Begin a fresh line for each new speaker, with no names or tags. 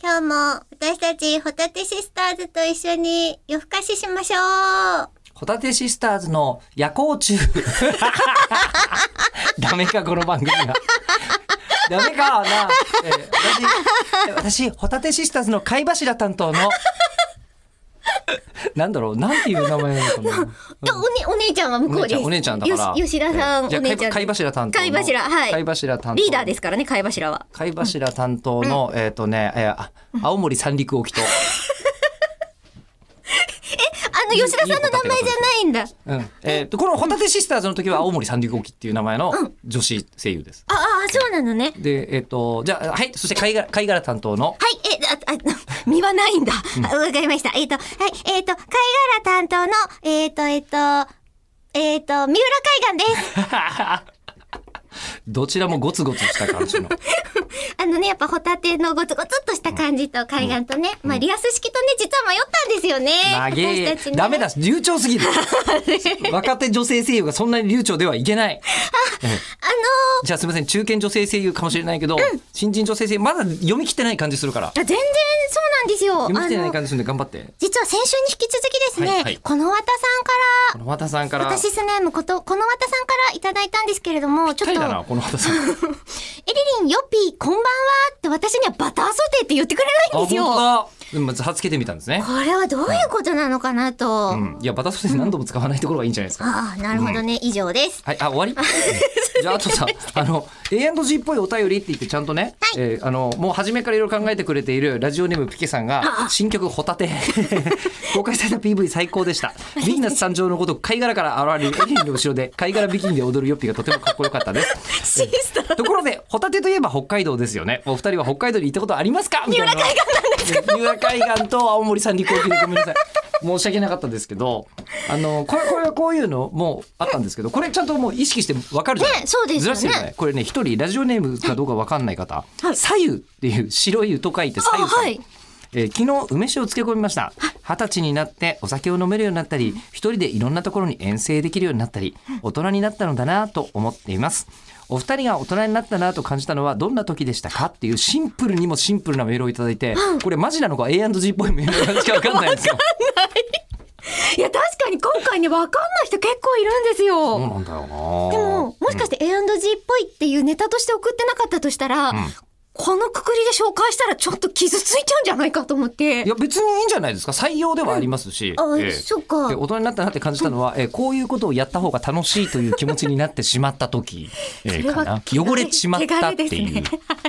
今日も私たちホタテシスターズと一緒に夜更かししましょう。
ホタテシスターズの夜行中。 ダメか、この番組は。ダメかな、えー私、私、ホタテシスターズの貝柱担当の、なんだろう、なんていう名前なのか な。
とおね、お姉ちゃんは向こうです。
お姉ちゃんお姉ちゃんだから
よし吉田さん、お
じゃあ
姉
貝
ちゃん。
貝柱担当の。
貝柱はい
貝柱担当。
リーダーですからね、貝柱は。
貝柱担当の、えっ、とね、えーあ青森三陸沖と。
あの、吉田さんの名前じゃないんだ。
うんえーとこのホタテシスターズの時は青森三陸沖っていう名前の女子声優です。
ああ、そうなのね。
で、えっ、と、じゃあ、はい、そして貝殻貝殻担当の、
は い、え、あ、あ、 身はないんだ。あわかりました。えっ、と、はい、えっ、と、貝殻担当の、えっ、と、えっ、と、えっ、と、三浦海岸 です。
どちらもゴツゴツした 感じの。
あのね、やっぱホタテのゴツゴツっとした感じと海岸とね、まあ、リアス式とね、実は迷ったんですよね。
長え
私たちね
ダメだ、流暢すぎる。 若手女性声優がそんなに流暢ではいけない。
あの
じゃあすみません、中堅女性声優かもしれないけど、新人女性声優、まだ読み切ってない感じするから。
ーあ全然そうなんですよ。
読み切って
あ
な
の
い感じするんで頑張って。
実は先週に引き続きですね、
はいはい
このわたさんから、
この和田さんから。
私スネームこと、このわたさんからいただいたんですけれども、ちょっ
ぴったり
と、
だな、この和 田さん。あ、
エリリン、ヨッピー、こんばんはって私にはバターソテーって言ってくれないん
本
ですよ。
当
こ
だ。でもまず、はつけてみたんですね。
れはどういうことなのかなと。
うん。いや、バタソテ何度も使わないところがいいんじゃないですか。
ああ、なるほどね。以上です。
はい、あ、終わりうんじゃあ、あとさ、あの、A&G っぽいお便りって言って、ちゃんとね、えーあの、もう初めからいろいろ考えてくれているラジオネームピケさんが、新曲ホタテ、 公開された PV 最高でした。ヴィーナス誕生のごとく貝殻から現れるエリンの後ろで、貝殻ビキニで踊るヨッピーがとてもかっこよかったです。
シスター。
ところで、ホタテといえば北海道ですよね。お二人は北海道に行ったことありますかみたいな。三浦海岸なんです三浦海岸と青森三陸沖でごめんなさい。申し訳なかったですけど、あの、これ、これ、こういうのもあったんですけど、これちゃんともう意識してわかるじゃない
ねそうですよね
ずらしてるじゃないこれね、一人、ラジオネームかどうかわかんない方
は、い
左右っていう白い湯と書いて左右さん。
あはい
えー昨日梅酒を漬け込みました二十歳になってお酒を飲めるようになったり一人でいろんなところに遠征できるようになったり大人になったのだなと思っていますお二人が大人になったなと感じたのはどんな時でしたかっていうシンプルにもシンプルなメールをいただいてこれマジなのか A&G っぽいメールなんしかわかんないんですよ
いや、確かに今回ね、わかんない人結構いるん ですよ。
そうなんだよな
でも、もしかして A&G っぽいっていうネタとして送ってなかったとしたら、このくくりで紹介したらちょっと傷ついちゃうんじゃないかと思って
い。や別にいいんじゃないですか採用ではありますし、
あ、
ええ
そっか
で。大人になったなって感じたのは、えーこういうことをやった方が楽しいという気持ちになってしまった時、えー
それは
かな汚れちまったって
汚れ
い
で
う
すね